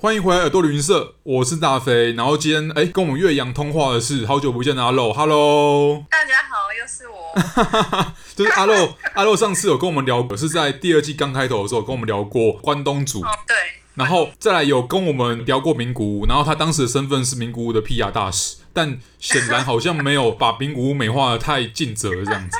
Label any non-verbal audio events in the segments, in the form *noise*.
欢迎回来耳朵旅行社，我是大飞。然后今天哎，跟我们岳阳通话的是好久不见的阿肉，Hello，大家好，又是 *laughs* 我。就是阿 *laughs* 肉。阿肉上次有跟我们聊，是在第二季刚开头的时候跟我们聊过关东煮，哦，对，然后再来有跟我们聊过名古屋，然后他当时的身份是名古屋的 PR 大使，但显然好像没有把名古屋美化的太尽责这 *laughs* 样子。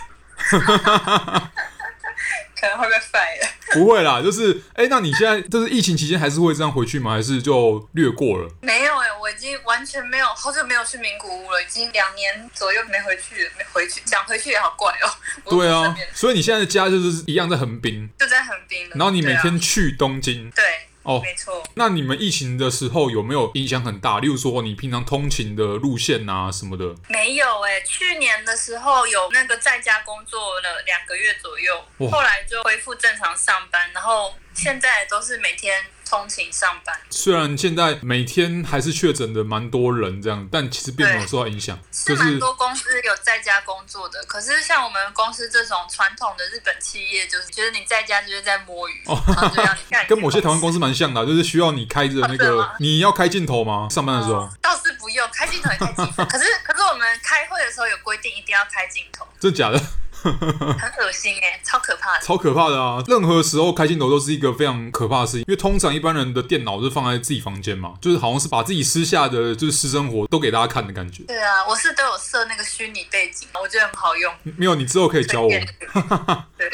可能会被 fire。不会啦，就是哎，那你现在就是疫情期间还是会这样回去吗？还是就略过了？没有哎、我已经完全没有，好久没有去名古屋了，已经两年左右没回去了，没回去，讲回去也好怪哦、我对不是这啊边，所以你现在的家就是一样在横滨，就在横滨了。然后你每天对,、去东京啊、对哦。没错。那你们疫情的时候有没有影响很大？例如说你平常通勤的路线啊什么的，没有哎、去年的时候有那个在家工作了两个月左右哇，后来就恢复正常上班，然后现在都是每天通勤上班。虽然现在每天还是确诊的蛮多人这样，但其实并没有受到影响，是就蛮是多公司有在家工作的，可是像我们公司这种传统的日本企业，就是觉得你在家就是在摸鱼，然后就让你看哦你的 *laughs* 跟某些台湾公司司蛮像的啊、就是需要你开着那啊真的个吗，你要开镜头吗？上班的时候哦，倒是不用开镜头也太气愤，可是可是我们开会的时候有规定一定要开镜头，真的假的？ *laughs* 很恶心哎、超可怕的。超可怕的啊！任何时候开镜头都是一个非常可怕的事情，因为通常一般人的电脑是放在自己房间嘛，就是好像是把自己私下的就是私生活都给大家看的感觉。对啊，我是都有设那个虚拟背景，我觉得很好用。没有，你之后可以教我。 *laughs* 对，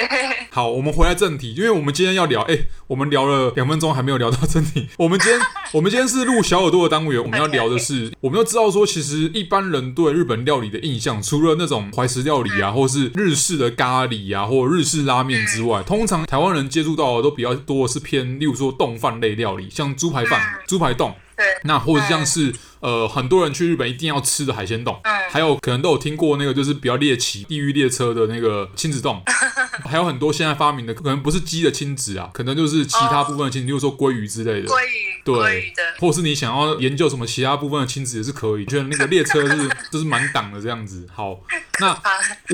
好，我们回来正题，因为我们今天要聊，哎、我们聊了两分钟还没有聊到正题。我们今天， *laughs* 我们今天是录小耳朵的单元，我们要聊的是，我们要知道说，其实一般人对日本料理的印象，除了那种怀石料理啊，或是日式的咖喱啊，或日式拉面之外，通常台湾人接触到的都比较多是偏，例如说冻饭类料理，像猪排饭嗯、猪排冻，对，那或者像是呃，很多人去日本一定要吃的海鲜冻，嗯还有可能都有听过那个就是比较猎奇地狱列车的那个亲子 *laughs* 冻，还有很多现在发明的可能不是鸡的亲子啊，可能就是其他哦部分的亲子，例如说鲑鱼之类的。鲑鱼，鲑对鱼的，或是你想要研究什么其他部分的亲子也是可以，觉得那个列车是就是满档的这样子。好，那啊，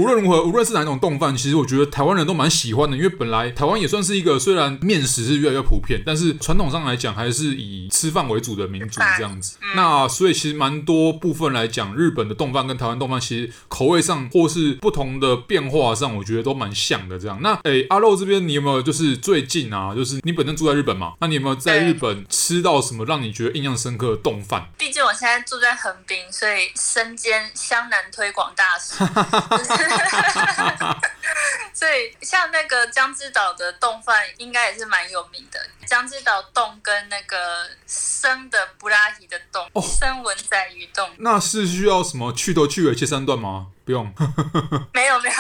无论如何，无论是哪种冻饭，其实我觉得台湾人都蛮喜欢的，因为本来台湾也算是一个虽然面食是越来越普遍，但是传统上来讲还是以吃饭为主的民族这样子。那所以其实蛮多部分来讲，日本的冻饭跟台湾冻饭其实口味上或是不同的变化上，我觉得都蛮像的这样。那诶，阿肉这边你有没有就是最近啊，就是你本身住在日本嘛？那你有没有在对日本吃到什么让你觉得印象深刻的冻饭？毕竟我现在住在横滨，所以身兼湘南推广大使， *laughs* 所以像那个江之岛的冻饭应该也是蛮有名的。江之岛冻跟那个生的布拉提的冻，哦生文仔鱼冻，那是需要什么去头去尾切三段吗？不用。 *laughs* 没有没有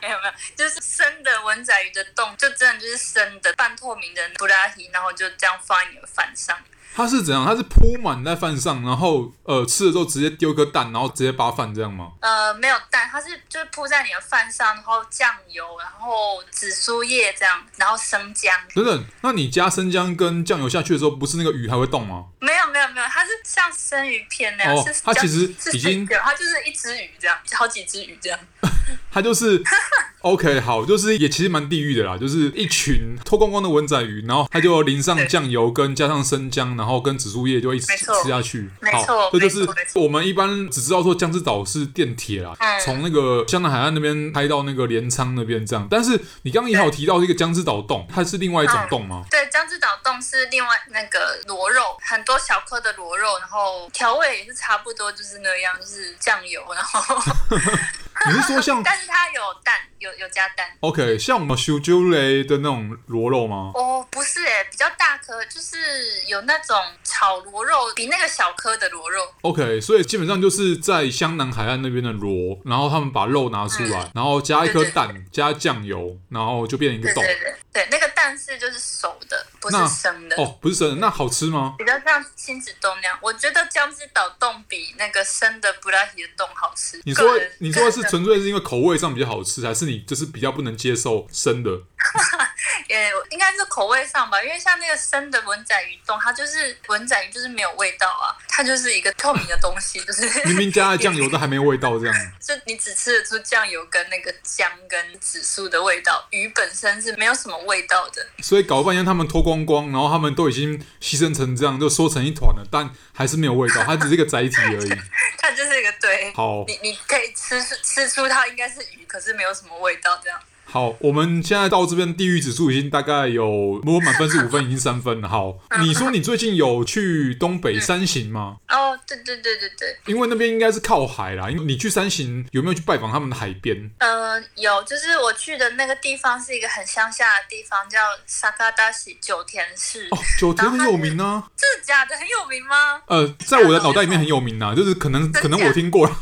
没有没有，就是生的文仔鱼的冻，就真的就是生的半透明的布拉提，然后就这样放在你的饭上。它是怎样？它是铺满在饭上，然后呃吃了之后直接丢一颗蛋，然后直接扒饭这样吗？呃，没有蛋，它是就是铺在你的饭上，然后酱油，然后紫苏叶这样，然后生姜。等等，那你加生姜跟酱油下去的时候，不是那个鱼还会动吗？没有没有没有，它是像生鱼片那样，哦是它其实是已经对，它就是一只鱼这样，好几只鱼这样。它就是 OK 好，就是也其实蛮地狱的啦，就是一群脱光光的文仔鱼，然后它就淋上对酱油跟加上生姜，然后跟紫苏叶就一起没吃错下去。没错好，这就是没错没错我们一般只知道说江之岛是电铁啦，嗯从那个香南海岸那边开到那个镰仓那边这样。但是你刚刚也好提到一个江之岛洞，它是另外一种嗯洞吗？对，江之岛冻是另外那个螺肉，很多小颗的螺肉，然后调味也是差不多，就是那样，就是酱油，然后 *laughs* 你是说像 *laughs* 但是它有蛋，有有加蛋。 OK，像我们修鸠雷的那种螺肉吗？哦，不是诶，比较大颗，就是有那种炒螺肉，比那个小颗的螺肉 OK，所以基本上就是在湘南海岸那边的螺，然后他们把肉拿出来，然后加一颗嗯对对蛋，加酱油，然后就变成一个对洞。对对对，那个蛋是就是熟的，不是那生的。哦，不是生的，那好吃吗？比较像亲子冻那样，我觉得姜之岛冻比那个生的布拉提的冻好吃。你说个人你说是个人纯粹是因为口味上比较好吃，还是你就是比较不能接受生的？的也应该是口味上吧，因为像那个生的文仔鱼冻，它就是文仔鱼就是没有味道啊，它就是一个透明的东西，就是明明加了酱油，但还没味道这样。 *laughs* 就你只吃得出酱油跟那个姜跟紫苏的味道，鱼本身是没有什么味道的。所以搞半天他们脱光光，然后他们都已经牺牲成这样，就缩成一团了，但还是没有味道，它只是一个载体而已。它就是一个对，好你你可以吃出吃出它应该是鱼，可是没有什么味道这样。好，我们现在到这边，地狱指数已经大概有，如果满分是五分，已经三分了。好，嗯你说你最近有去东北山行吗？哦，对对对对对，因为那边应该是靠海啦。因为你去山行有没有去拜访他们的海边？呃，有，就是我去的那个地方是一个很乡下的地方，叫萨卡达西九田市。哦，九田很有名啊。真的假的？很有名吗？呃，在我的脑袋里面很有名啊，就是可能真假可能我听过了。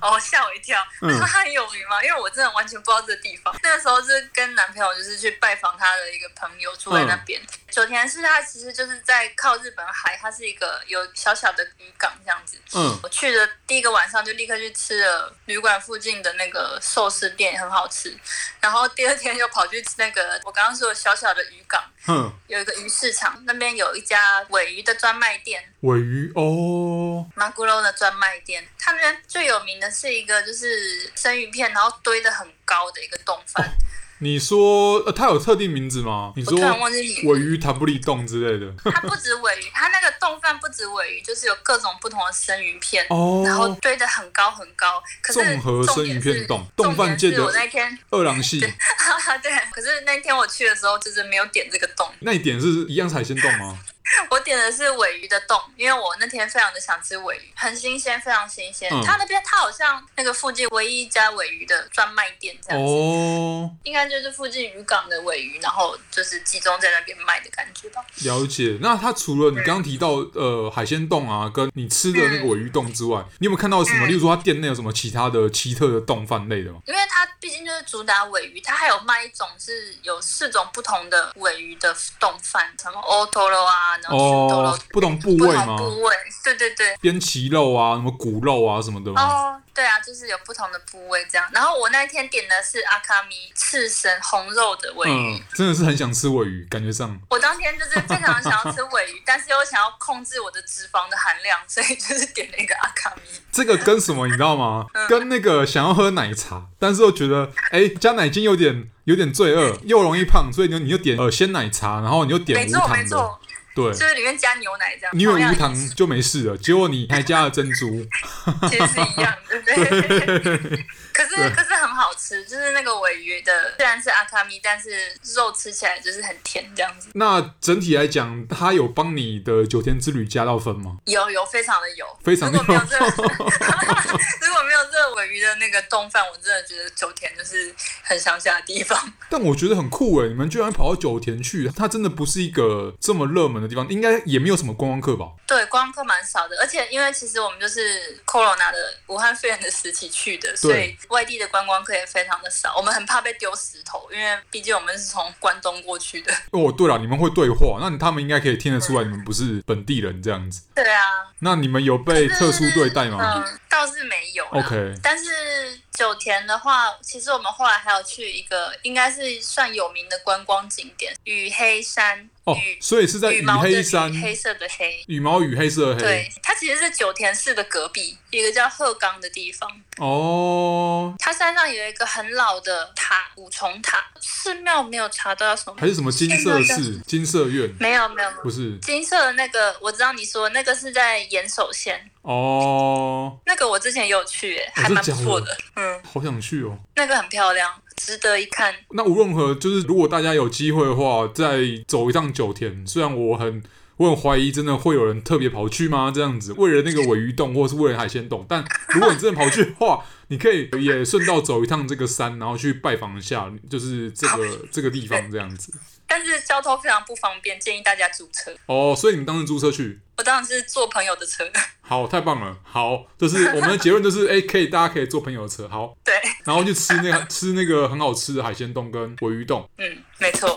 哦，吓我一跳！嗯他很有名吗？因为我真的完全不知道这个地方。那个时候是跟男朋友就是去拜访他的一个朋友，住在那嗯边。九田市它其实就是在靠日本海，它是一个有小小的渔港这样子。嗯，我去的第一个晚上就立刻去吃了旅馆附近的那个寿司店，很好吃。然后第二天又跑去吃那个我刚刚说的小小的渔港，哼，有一个鱼市场，那边有一家尾鱼的专卖店，尾鱼哦，马古楼的专卖店，他们最有名的是一个就是生鱼片，然后堆的很高的一个冻饭，你说呃，它有特定名字吗？哦你我说突然忘记名字。尾鱼坦布利洞之类的。它不止尾鱼，它那个冻饭不止尾鱼，就是有各种不同的生鱼片，然后哦，堆的很高很高。可是综合生鱼片冻冻冻饭界的我那天， *laughs* 二郎系，哈哈，对，可是那天我去的时候就是没有点这个冻，那你点是一样是海鲜冻吗？我点的是尾鱼的冻，因为我那天非常的想吃尾鱼，很新鲜，非常新鲜。嗯它那边它好像那个附近唯一一家尾鱼的专卖店这样子。哦，应该就是附近渔港的尾鱼，然后就是集中在那边卖的感觉吧。了解。那它除了你刚刚提到呃海鲜冻啊，跟你吃的那个尾鱼冻之外，你有没有看到什么？嗯例如说，它店内有什么其他的奇特的冻饭类的吗？因为它毕竟就是主打尾鱼，它还有卖一种是有四种不同的尾鱼的冻饭，什么 o t o r o 啊，然后 s h u 哦 o，不同部不位同吗？部位，对对对。边鳍肉啊，什么骨肉啊什么的吗？哦，对啊，就是有不同的部位这样。然后我那天点的是阿卡米刺身红肉的尾鱼，嗯，真的是很想吃尾鱼，感觉上 *laughs* 我当天就是非常想要吃尾鱼，但是又想要控制我的脂肪的含量，所以就是点了一个阿卡米。这个跟什么你知道吗？嗯跟那个想要喝奶茶，但是又觉得哎、加奶精有点有点罪恶，嗯又容易胖，所以你就你就点呃鲜奶茶，然后你就点没无错没糖的，错，对，就是里面加牛奶这样。你以为同样无的糖意思就没事了，结果你还加了珍珠，其实是一样的，对。可是可是很好吃，就是那个尾鱼的，虽然是阿卡米，但是肉吃起来就是很甜这样子，那整体来讲，它有帮你的九天之旅加到分吗？有有非常的有，非常如果没有有这个， *laughs* 如果没有这个尾鱼的那个冻饭，我真的觉得九田就是很乡下的地方。但我觉得很酷欸诶，你们居然跑到九田去，它真的不是一个这么热门的地方，应该也没有什么观光客吧？对，观光客蛮少的，而且因为其实我们就是 corona 的武汉肺炎的时期去的，所以外地的观光客也非常的少。我们很怕被丢石头，因为毕竟我们是从关东过去的。哦，对了，你们会对话，那他们应该可以听得出来你们不是本地人这样子。对啊，那你们有被特殊对待吗嗯，倒是没有啦。 ？OK，但是九田的话，其实我们后来还有去一个，应该是算有名的观光景点——雨黑山。哦羽，所以是在羽雨毛的黑羽山，黑色的黑。羽毛与黑色的黑对。，它其实是九田市的隔壁，一个叫鹤冈的地方。哦，它山上有一个很老的塔，五重塔。寺庙没有查到什么，还是什么金色市、金色院？没有没有。没有不是金色的那个，我知道你说那个是在岩手县，哦，那个我之前也有去、欸，还真蛮假不错的的。嗯，好想去哦。那个很漂亮，值得一看。那无论如何，就是如果大家有机会的话，再走一趟九田。虽然我很我很怀疑，真的会有人特别跑去吗？这样子，为了那个尾鱼冻，或是为了海鲜冻。但如果你真的跑去的话，你可以呃也顺道走一趟这个山，然后去拜访一下，就是这个这个地方这样子。但是交通非常不方便，建议大家租车。哦，所以你们当时租车去，我当然是坐朋友的车， *laughs* 好，太棒了。好，就是我们的结论就是，哎、可以，大家可以坐朋友的车，好，对，然后去吃那个吃那个很好吃的海鲜冻跟尾鱼冻。嗯，没错。